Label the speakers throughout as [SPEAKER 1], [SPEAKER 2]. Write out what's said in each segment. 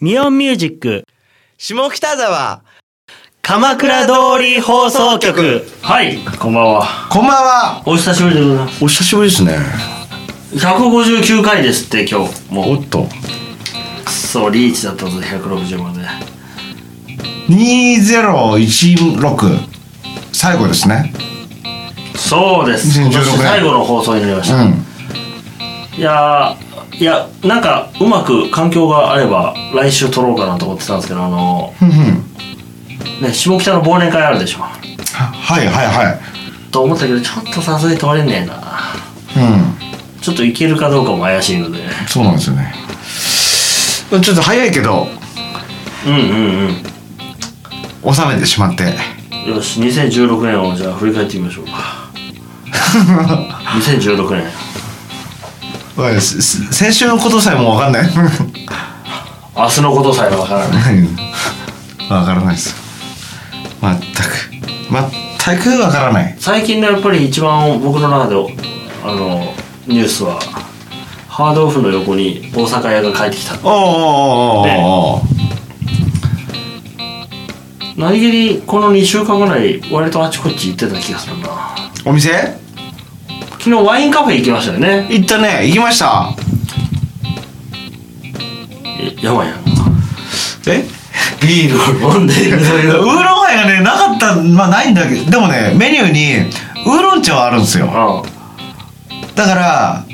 [SPEAKER 1] ミオンミュージック、
[SPEAKER 2] 下北沢
[SPEAKER 1] 鎌倉通り放送局。はい、こんばんは。
[SPEAKER 3] こんばんは。
[SPEAKER 1] お久しぶりでございます。
[SPEAKER 3] お久しぶりですね。
[SPEAKER 1] 159回ですって、今日。も
[SPEAKER 3] おっと。
[SPEAKER 1] う、そう、リーチだったぞ、160まで。
[SPEAKER 3] 2016。最後ですね。
[SPEAKER 1] そうです。
[SPEAKER 3] 2016
[SPEAKER 1] 今年最後の放送になりまし
[SPEAKER 3] う
[SPEAKER 1] た。
[SPEAKER 3] ん。
[SPEAKER 1] いやー、いや、なんか、うまく環境があれば、来週撮ろうかなと思ってたんですけど、あの
[SPEAKER 3] ふんふん。
[SPEAKER 1] ー、ね、下北の忘年会あるでしょ。
[SPEAKER 3] ははいはいはい。
[SPEAKER 1] と思ったけど、ちょっとさすがに撮れねえな。
[SPEAKER 3] うん。
[SPEAKER 1] ちょっといけるかどうかも怪しいので。
[SPEAKER 3] そうなんですよね。ちょっと早いけど、
[SPEAKER 1] うんうんうん。
[SPEAKER 3] 収めてしまって。
[SPEAKER 1] よし2016年をじゃあ振り返ってみましょうか2016年
[SPEAKER 3] おいすす先週のことさえもうわかんない。
[SPEAKER 1] 明日のことさえわからない
[SPEAKER 3] わからないです。まったく。まったくわからない。
[SPEAKER 1] 最近のやっぱり一番僕の中であのニュースはハードオフの横に大阪屋が帰ってきた
[SPEAKER 3] おーおーおーおーおー
[SPEAKER 1] 何気にこの2週間ぐらい割とあちこち行ってた気がするな
[SPEAKER 3] お店
[SPEAKER 1] 昨日ワインカフェ行きましたよね
[SPEAKER 3] 行ったね。行きました。
[SPEAKER 1] えやばいやん
[SPEAKER 3] え
[SPEAKER 1] ビールを 飲んでいると
[SPEAKER 3] ウ ー
[SPEAKER 1] いう
[SPEAKER 3] ロンハイがねなかったまあないんだけどでもねメニューにウーロン茶はあるんですよ
[SPEAKER 1] あ
[SPEAKER 3] だから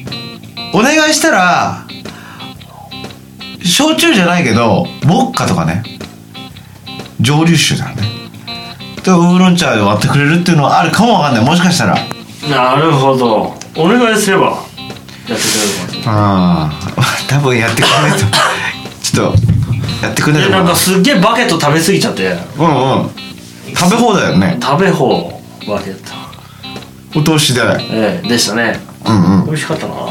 [SPEAKER 3] お願いしたら焼酎じゃないけどウォッカとかね蒸留酒だねでウーロン茶で割ってくれるっていうのはあるかもわかんないもしかしたら
[SPEAKER 1] なるほどお願いすればやってくれるかも
[SPEAKER 3] ああ多分やってくれないとちょっとやってくれない
[SPEAKER 1] で
[SPEAKER 3] と
[SPEAKER 1] なん
[SPEAKER 3] 思
[SPEAKER 1] かすっげえバケット食べ過ぎちゃって
[SPEAKER 3] ううんうん食べ放題よね
[SPEAKER 1] 食べ放バケット
[SPEAKER 3] お通しでう
[SPEAKER 1] ええでしたね
[SPEAKER 3] んうん
[SPEAKER 1] 美味しかったななん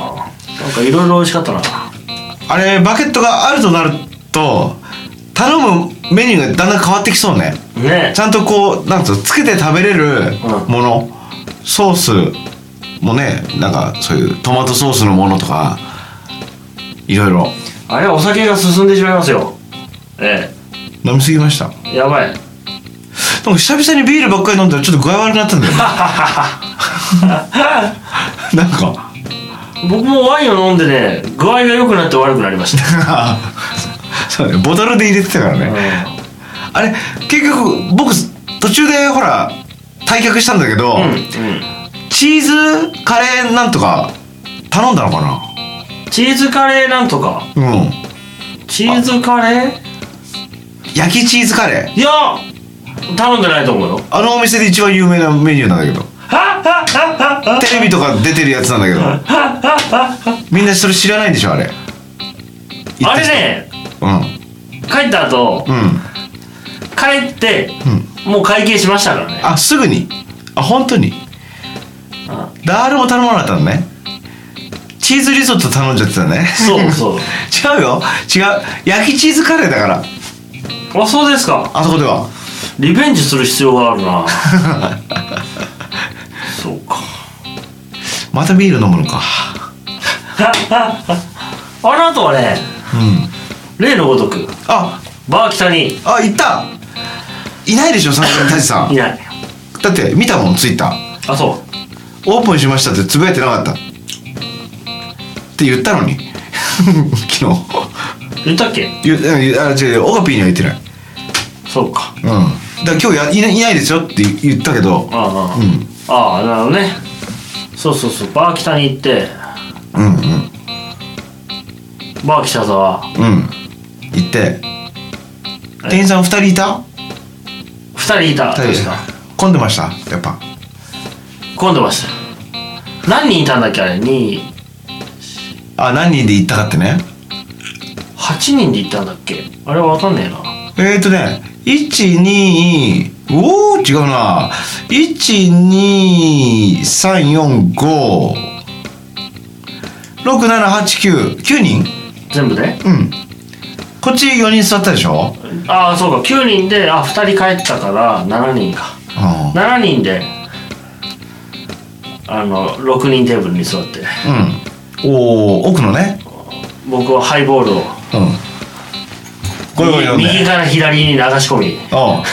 [SPEAKER 1] かいろいろ美味しかったな
[SPEAKER 3] あれバケットがあるとなると頼むメニューがだんだん変わってきそうね
[SPEAKER 1] ね
[SPEAKER 3] ちゃんとこうなんつうのつけて食べれる
[SPEAKER 1] うん
[SPEAKER 3] もの、ソースもねなんかそういうトマトソースのものとかいろいろ
[SPEAKER 1] あれお酒が進んでしまいますよえ
[SPEAKER 3] 飲みすぎましたなん
[SPEAKER 1] えやばい
[SPEAKER 3] か久々にビールばっかり飲んだらちょっと具合悪くなった んだよねなんか
[SPEAKER 1] 僕もワインを飲んでね具合が良くなって悪くなりました、
[SPEAKER 3] そうねボトルで入れてたからね、
[SPEAKER 1] う
[SPEAKER 3] あれ結局僕途中でほら退却したんだけど、
[SPEAKER 1] ん、うんうん
[SPEAKER 3] チーズカレーなんとか頼んだのか
[SPEAKER 1] チーズカレーなんとか
[SPEAKER 3] なうん
[SPEAKER 1] チーズカレー
[SPEAKER 3] 焼きチーズカレー
[SPEAKER 1] いや頼んでないと思 うよ
[SPEAKER 3] あのお店で一番有名なメニューなんだけどテレビとか出てるやつなんだけどみんなそれ知らないんでしょあれ
[SPEAKER 1] あれね
[SPEAKER 3] うん
[SPEAKER 1] 帰った後
[SPEAKER 3] うん
[SPEAKER 1] 帰って、もう会計しましたからね
[SPEAKER 3] あすぐにあ本当に
[SPEAKER 1] あ
[SPEAKER 3] 誰も頼まなかったのねチーズリゾット頼んじゃってたね
[SPEAKER 1] そうそう
[SPEAKER 3] 違うよ違う焼きチーズカレーだから
[SPEAKER 1] あそうですか
[SPEAKER 3] あそこでは
[SPEAKER 1] リベンジする必要がある なそうか
[SPEAKER 3] またビール飲むのか
[SPEAKER 1] あの後はね
[SPEAKER 3] うん
[SPEAKER 1] 例のごとく
[SPEAKER 3] あ
[SPEAKER 1] バー北に
[SPEAKER 3] あ行ったいないでしょさすがにタジさん
[SPEAKER 1] いない
[SPEAKER 3] だって見たもんツイッター
[SPEAKER 1] あそ
[SPEAKER 3] オープンしましたってつぶやいてなかったって言ったのに 昨日
[SPEAKER 1] う言ったっけ
[SPEAKER 3] 言うあ違うオガピーには言ってない
[SPEAKER 1] そうか
[SPEAKER 3] うんだから今日やいないいないですよって言ったけど
[SPEAKER 1] ああああ、
[SPEAKER 3] うん
[SPEAKER 1] ああなるほどねそうそうそうバー北に行って
[SPEAKER 3] うんうん
[SPEAKER 1] バー北沢
[SPEAKER 3] うん行って店員さん2人いた
[SPEAKER 1] 2人いた
[SPEAKER 3] 2
[SPEAKER 1] 確
[SPEAKER 3] 人
[SPEAKER 1] か
[SPEAKER 3] 混んでましたやっぱ
[SPEAKER 1] 混んでました何人いたんだっけあれに
[SPEAKER 3] あ何人で行ったかってね
[SPEAKER 1] 8人で行ったんだっけあれわかんねえな
[SPEAKER 3] えーとね、12、おお違うな。123456789 9人
[SPEAKER 1] 全部で
[SPEAKER 3] うんこっち4人座ったでしょ
[SPEAKER 1] ああそうか9人であ2人帰ったから7人か
[SPEAKER 3] あ
[SPEAKER 1] 7人であの6人テーブルに座って
[SPEAKER 3] うんおお奥のね
[SPEAKER 1] 僕はハイボールを
[SPEAKER 3] うんこういうこと読ん
[SPEAKER 1] 右
[SPEAKER 3] で
[SPEAKER 1] から左に流し込み
[SPEAKER 3] おう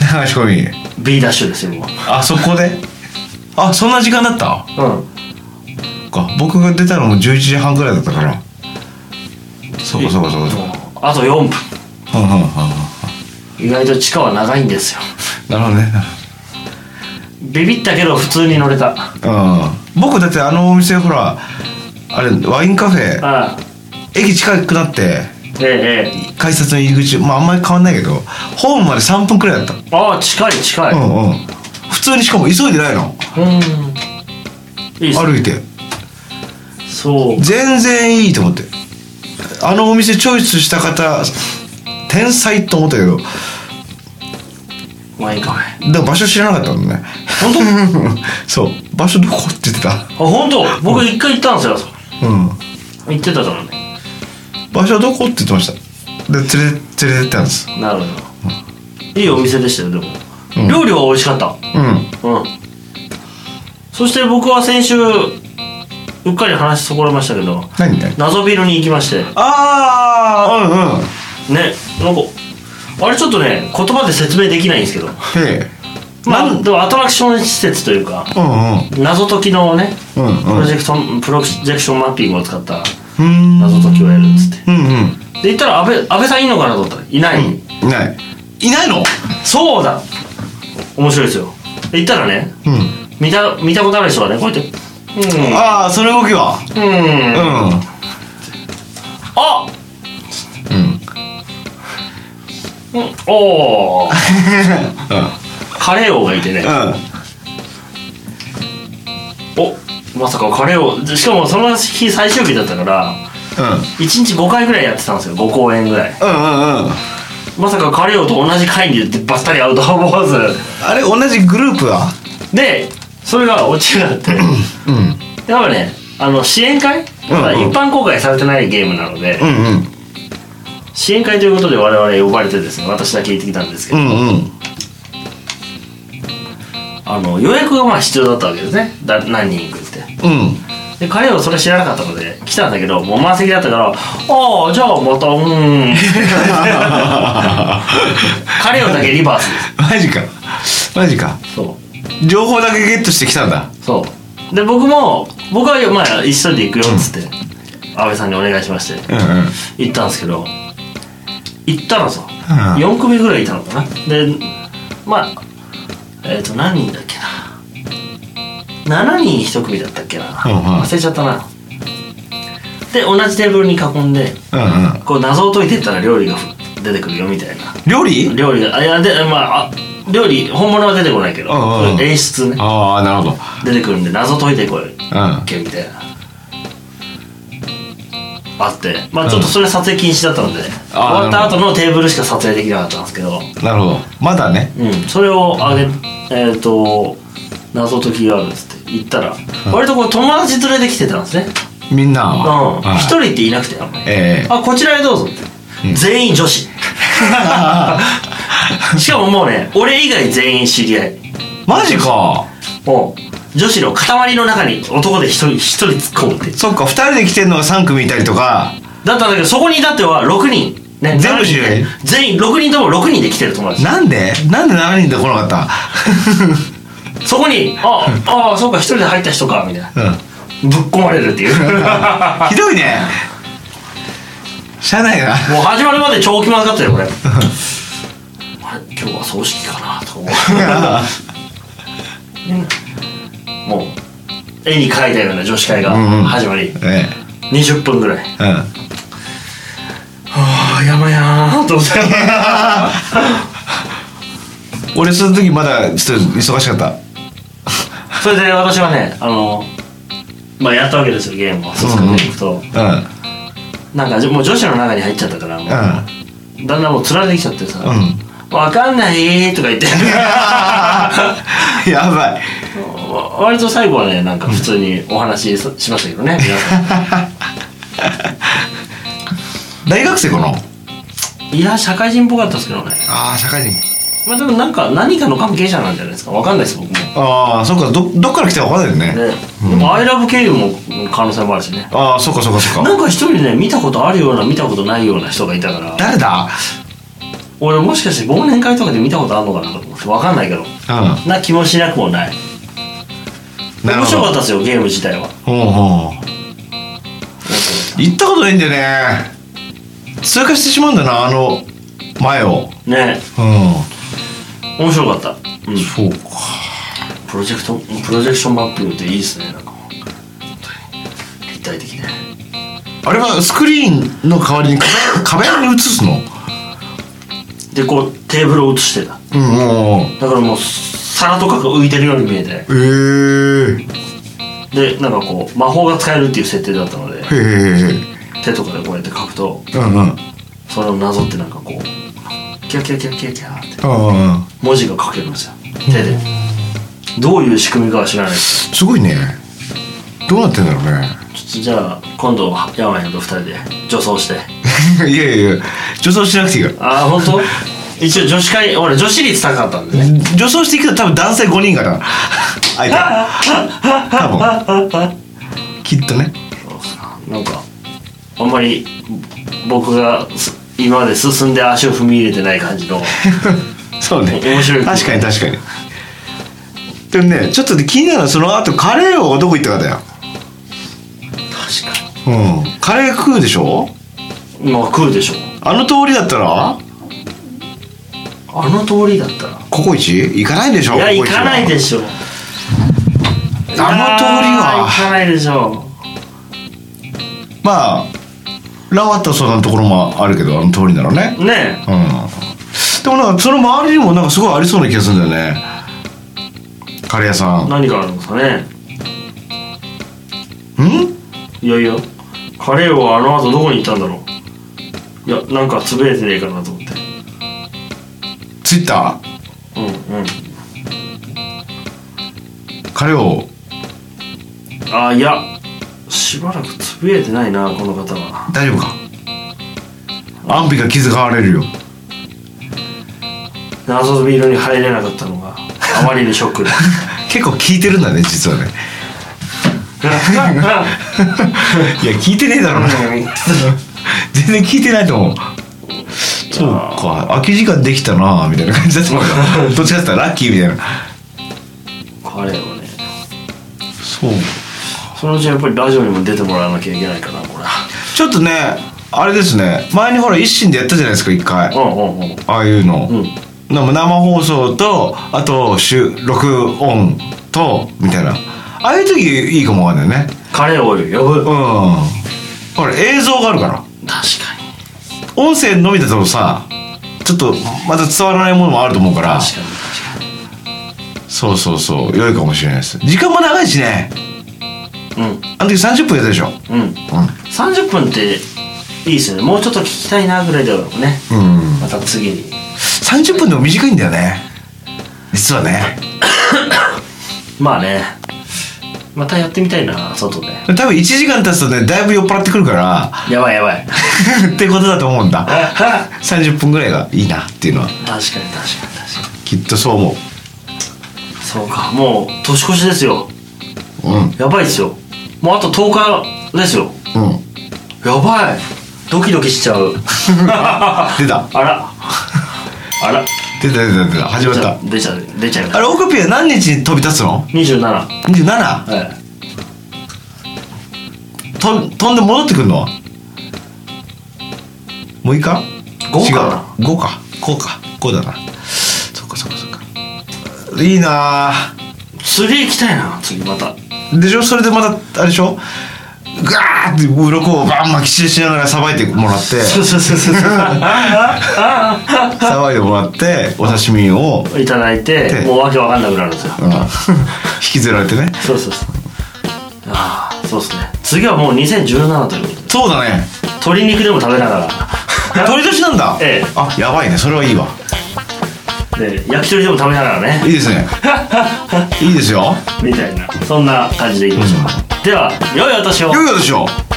[SPEAKER 3] 流し込み
[SPEAKER 1] B ダッシュですよもう
[SPEAKER 3] あそこであそんな時間だった
[SPEAKER 1] うん
[SPEAKER 3] か僕が出たのも11時半ぐらいだったからそうかそうかそうかそうか
[SPEAKER 1] あと4分
[SPEAKER 3] うんうんうんうん
[SPEAKER 1] 意外と地下は長いんですよ
[SPEAKER 3] なるほどね
[SPEAKER 1] ビビったけど普通に乗れたあ
[SPEAKER 3] うん僕だってあのお店ほらあれワインカフェ
[SPEAKER 1] あ
[SPEAKER 3] 駅近くなって
[SPEAKER 1] えええ
[SPEAKER 3] 改札の入り口まああんまり変わんないけどホームまで3分くらいだっ
[SPEAKER 1] えああ近い近い
[SPEAKER 3] た、うんうん普通にしかも急いでないの
[SPEAKER 1] うんいいっす
[SPEAKER 3] 歩いて
[SPEAKER 1] そう
[SPEAKER 3] 全然いいと思ってあのお店チョイスした方天才と思ったけど
[SPEAKER 1] ワインカフェあ
[SPEAKER 3] でも場所知らなかったのね本当 そう場所どこって言ってた
[SPEAKER 1] 本当僕一回行ったんですよ
[SPEAKER 3] うん
[SPEAKER 1] 行ってたからね
[SPEAKER 3] 場所どこって言ってましたで連れて連れてったんです
[SPEAKER 1] なるほどいいお店でしたよでも、
[SPEAKER 3] うん
[SPEAKER 1] 料理は美味しかった
[SPEAKER 3] うん
[SPEAKER 1] うんそして僕は先週うっかり話そこらましたけど
[SPEAKER 3] 何何
[SPEAKER 1] 謎ビールに行きまして
[SPEAKER 3] ああ
[SPEAKER 1] ねなんかあれちょっとね言葉で説明できないんですけど
[SPEAKER 3] うんうんへえ
[SPEAKER 1] まあでもアトラクション施設というか
[SPEAKER 3] うん
[SPEAKER 1] 謎解きのね
[SPEAKER 3] うんうん
[SPEAKER 1] プ
[SPEAKER 3] うん
[SPEAKER 1] ロジェクト、プロジェクションマッピングを使った
[SPEAKER 3] うん
[SPEAKER 1] 謎解きをやるっつって
[SPEAKER 3] うんうん
[SPEAKER 1] で行ったら安倍安倍さんいいのかなと思ったらいない、
[SPEAKER 3] いないいないの
[SPEAKER 1] そうだ面白いですよで行ったらね
[SPEAKER 3] うん
[SPEAKER 1] 見た見たことある人がねこうやってう
[SPEAKER 3] ああその動きは
[SPEAKER 1] んうん、
[SPEAKER 3] う
[SPEAKER 1] あ
[SPEAKER 3] んうん
[SPEAKER 1] うんおおカレー王がいてねおまさかカレー王しかもその日最終日だったから1日5回ぐらいやってたんですよ5公演ぐらい
[SPEAKER 3] うんうんうん
[SPEAKER 1] まさかカレー王と同じ回にばったり会うとは思わず
[SPEAKER 3] あれ同じグループは
[SPEAKER 1] でそれがオチがあって
[SPEAKER 3] うん
[SPEAKER 1] やっぱねあの支援会、まだ一般公開されてないゲームなので、
[SPEAKER 3] うんうん
[SPEAKER 1] 支援会ということで我々呼ばれてですね私だけ行ってきたんですけ
[SPEAKER 3] う
[SPEAKER 1] ど、
[SPEAKER 3] んうん
[SPEAKER 1] あの予約がまあ必要だったわけですねだ何人行くって
[SPEAKER 3] うん
[SPEAKER 1] で彼はそれ知らなかったので来たんだけどもう満席だったから「ああじゃあまたうーん」 彼をだけリバースで
[SPEAKER 3] マジかマジか
[SPEAKER 1] すそ
[SPEAKER 3] 情報だけゲットしてきたんだ
[SPEAKER 1] うそうで僕も僕はまあ一緒で行くよっつって、安倍さんにお願いしまして
[SPEAKER 3] うんうん
[SPEAKER 1] 行ったんですけど行ったらさ、
[SPEAKER 3] うん
[SPEAKER 1] 4組ぐらいいたのかなでまあえっ、と何人だっけな7人1組だったっけな、
[SPEAKER 3] うんうん
[SPEAKER 1] 忘れちゃったなで同じテーブルに囲んで
[SPEAKER 3] うんうん
[SPEAKER 1] こう謎を解いてったら料理が出てくるよみたいな
[SPEAKER 3] 料理
[SPEAKER 1] 料理があいやでまああ料理本物は出てこないけど、
[SPEAKER 3] うんうんうん
[SPEAKER 1] 演出ね
[SPEAKER 3] ああなるほど
[SPEAKER 1] 出てくるんで謎解いてこい
[SPEAKER 3] うん
[SPEAKER 1] けみたいなあってまあちょっとそれ撮影禁止だったので、終わった後のテーブルしか撮影できなかったんですけど、
[SPEAKER 3] なるほどまだね
[SPEAKER 1] うん、それをあげえっ、と謎解きがあるっつって行ったら、割とこう友達連れてきてたんですね
[SPEAKER 3] みんな
[SPEAKER 1] うん
[SPEAKER 3] ははい
[SPEAKER 1] 一人っていなくてあんまり
[SPEAKER 3] え え
[SPEAKER 1] あこちらへどうぞって、全員女 子しかももうね俺以外全員知り合い
[SPEAKER 3] マジか
[SPEAKER 1] もう女子の塊の中に男で一人一人突っ込むっていう
[SPEAKER 3] そっか2人で来てんのが3組いたりとか
[SPEAKER 1] だったんだけどそこに至っては6人、ね、
[SPEAKER 3] 全部
[SPEAKER 1] 7人
[SPEAKER 3] 知り合い
[SPEAKER 1] 全員6人とも6人で来てる友達
[SPEAKER 3] なんでなんで7人で来なかっ
[SPEAKER 1] そこに「ああそうか一人で入った人か」みたいな
[SPEAKER 3] たうん
[SPEAKER 1] ぶっ込まれるっていう
[SPEAKER 3] ひどいね社 内が
[SPEAKER 1] もう始まるまで超気まずかった よこれあれ今日は葬式かなと思うもう絵に描いたような女子会が
[SPEAKER 3] うんうん
[SPEAKER 1] 始まり、
[SPEAKER 3] え
[SPEAKER 1] 20分ぐらい
[SPEAKER 3] えうん
[SPEAKER 1] ああ山やーと 思って
[SPEAKER 3] 俺その時まだちょっと忙しかった
[SPEAKER 1] それで私はねあのまあやったわけですよゲームをそう
[SPEAKER 3] うんうん
[SPEAKER 1] すくと、
[SPEAKER 3] うん
[SPEAKER 1] なんかじもう女子の中に入っちゃったからもう、
[SPEAKER 3] う
[SPEAKER 1] だんだんもう釣られてきちゃってさ「
[SPEAKER 3] んうん
[SPEAKER 1] わかんない」とか言って
[SPEAKER 3] やばい
[SPEAKER 1] わ割と最後はねなんか普通にお話ししましたけどね皆さ
[SPEAKER 3] 大学生かなん
[SPEAKER 1] いや社会人っぽかったですけどね
[SPEAKER 3] ああ社会人
[SPEAKER 1] まあでもなんか何かの関係者なんじゃないですかわかんないです僕もね
[SPEAKER 3] ああそっかどどっから来たか分かんないよね
[SPEAKER 1] でも「アイラブ経由も可能性もあるしね
[SPEAKER 3] ああそっかそっかそっ
[SPEAKER 1] な
[SPEAKER 3] か
[SPEAKER 1] んか一人ね見たことあるような見たことないような人がいたから
[SPEAKER 3] 誰だ
[SPEAKER 1] 俺もしかして忘年会とかで見たことあるのかなと思ってわかんないけど
[SPEAKER 3] う
[SPEAKER 1] な気もしなくもない
[SPEAKER 3] んなる
[SPEAKER 1] 面
[SPEAKER 3] ほ
[SPEAKER 1] 白かっ
[SPEAKER 3] ど
[SPEAKER 1] たですよゲーム自体は
[SPEAKER 3] ほうほう行ったことないんだよね通過してしまうんだなあの前を
[SPEAKER 1] ね
[SPEAKER 3] うん
[SPEAKER 1] 面白かった、うん、
[SPEAKER 3] そうか
[SPEAKER 1] プロジェクトプロジェクションマッピングっていいですねなんか本当に立体的ね
[SPEAKER 3] あれはスクリーンの代わりに壁 壁に映すの
[SPEAKER 1] でこうテーブルを映してた
[SPEAKER 3] うんうんうん
[SPEAKER 1] だからもう皿とかが浮いてるように見えて
[SPEAKER 3] えー、
[SPEAKER 1] でなんかこう魔法が使えるっていう設定だったので
[SPEAKER 3] へえ
[SPEAKER 1] 手とかでこうやって書くと
[SPEAKER 3] うんうんうん
[SPEAKER 1] それをなぞってなんかこうキャキャキャキャキャって
[SPEAKER 3] うんうん
[SPEAKER 1] 文字が書けるんですよ手でどういう仕組みかは知らないです
[SPEAKER 3] すごいねどうなってんだろうね
[SPEAKER 1] ちょっとじゃあ今度ヤマヤと二人で女装して
[SPEAKER 3] いやいやいや女装しなくていいか
[SPEAKER 1] ああ本当一応女子会俺女子率高かったんでね
[SPEAKER 3] ら女装していくと多分男性5人か な相手多分きっとね
[SPEAKER 1] なんかあんまり僕がす今まで進んで足を踏み入れてない感じの
[SPEAKER 3] そうね
[SPEAKER 1] 面白い
[SPEAKER 3] 確かに確かにでもねちょっとね気になるのはその後カレーをどこ行ったかだよ
[SPEAKER 1] 確か
[SPEAKER 3] うんカレー食うでしょ
[SPEAKER 1] にまあ食うでしょ
[SPEAKER 3] あの通りだったら
[SPEAKER 1] あの通りだったら
[SPEAKER 3] ココイチ行かないでしょ
[SPEAKER 1] いや
[SPEAKER 3] ココ
[SPEAKER 1] 行
[SPEAKER 3] イチは
[SPEAKER 1] かないでしょあ
[SPEAKER 3] の通
[SPEAKER 1] や
[SPEAKER 3] りはい
[SPEAKER 1] ー行かないでしょ
[SPEAKER 3] まあラワットソーダのところもあるけどあの通りなのね
[SPEAKER 1] ね
[SPEAKER 3] うんでもなんかその周りにもなんかすごいありそうな気がするんだよねカレー屋さん
[SPEAKER 1] え
[SPEAKER 3] ん
[SPEAKER 1] 何があるんですかねいやいやカレーをあの後どこに行ったんだろういやなんか潰れてねえかなと思って
[SPEAKER 3] ツイッタ
[SPEAKER 1] うんうん
[SPEAKER 3] ーカレーを
[SPEAKER 1] あいやしばらくつぶれてないなこの方は
[SPEAKER 3] 大丈夫か安否が気遣われるよ
[SPEAKER 1] 謎のビールに入れなかったのがあまりにショックで
[SPEAKER 3] 結構聞いてるんだね実はね いや聞いてねえだろうな 全然聞いてないと思うそうか空き時間できたなみたいな感じだと思う よどっちかって言ったらラッキーみたいな
[SPEAKER 1] カレーをね
[SPEAKER 3] そう
[SPEAKER 1] そのうちやっぱりラジオにも出てもらわなきゃいけないかなこれ
[SPEAKER 3] ちょっとねあれですね前にほら一心でやったじゃないですか一回あ
[SPEAKER 1] うんうんうん
[SPEAKER 3] あいうの、
[SPEAKER 1] うん
[SPEAKER 3] でも生放送とあと収録音とみたいなああいう時いいかもわかんないね
[SPEAKER 1] カレーを呼
[SPEAKER 3] うん
[SPEAKER 1] ぶ
[SPEAKER 3] ほら映像があるから
[SPEAKER 1] 確かに
[SPEAKER 3] 音声のみだとさちょっとまた伝わらないものもあると思うから
[SPEAKER 1] 確かに確か
[SPEAKER 3] そうそうそう良いかもしれないです時間も長いしね
[SPEAKER 1] に
[SPEAKER 3] あの時30分やったでしょ
[SPEAKER 1] うんうん30分っていいですよねもうちょっと聞きたいなぐらいだろうね
[SPEAKER 3] うん、うん、
[SPEAKER 1] また次に
[SPEAKER 3] 30分でも短いんだよね実はね
[SPEAKER 1] まあねまたやってみたいな外で
[SPEAKER 3] 多分1時間経つとねだいぶ酔っ払ってくるから
[SPEAKER 1] やばいやばい
[SPEAKER 3] ってことだと思うんだ
[SPEAKER 1] 確か
[SPEAKER 3] 30分ぐらいがいいなっていうのは
[SPEAKER 1] に確かに確か
[SPEAKER 3] きっとそう思
[SPEAKER 1] にそうかもう年越しですよ
[SPEAKER 3] ううん
[SPEAKER 1] やばいですよもうあと10日ですよ
[SPEAKER 3] うん
[SPEAKER 1] やばいドキドキしちゃう
[SPEAKER 3] 出た
[SPEAKER 1] あらあら
[SPEAKER 3] 出た出た出た始まった
[SPEAKER 1] 出ちゃう出ちゃう
[SPEAKER 3] あれオカピは何日に飛び立つの
[SPEAKER 1] 27は
[SPEAKER 3] 27?
[SPEAKER 1] い
[SPEAKER 3] と飛んで戻ってくるのは6日
[SPEAKER 1] 五
[SPEAKER 3] 違
[SPEAKER 1] か
[SPEAKER 3] う
[SPEAKER 1] な
[SPEAKER 3] 5か5か5だなそっかそっかそっかいいなあ
[SPEAKER 1] 釣り行きたいな次また
[SPEAKER 3] でしょそれでまたあれでしょガーって鱗をバン巻き散らしながらさばいてもらっ て
[SPEAKER 1] そうそうそうそう
[SPEAKER 3] さばいてもらってお刺身を、
[SPEAKER 1] いただいて
[SPEAKER 3] で
[SPEAKER 1] もうわけわかんなくなるんですよ、
[SPEAKER 3] うん引きずられてね
[SPEAKER 1] そうそうそうああそうですね次はもう2017ということで
[SPEAKER 3] そうだね
[SPEAKER 1] 鶏肉でも食べなが
[SPEAKER 3] 鳥年なんだ、
[SPEAKER 1] ええ
[SPEAKER 3] あやばいねそれはいいわ
[SPEAKER 1] らで焼き鳥でも食べながらね
[SPEAKER 3] いいですねいいですよ
[SPEAKER 1] みたいなそんな感じでいきましょう、では良いお年を
[SPEAKER 3] よいよでしょう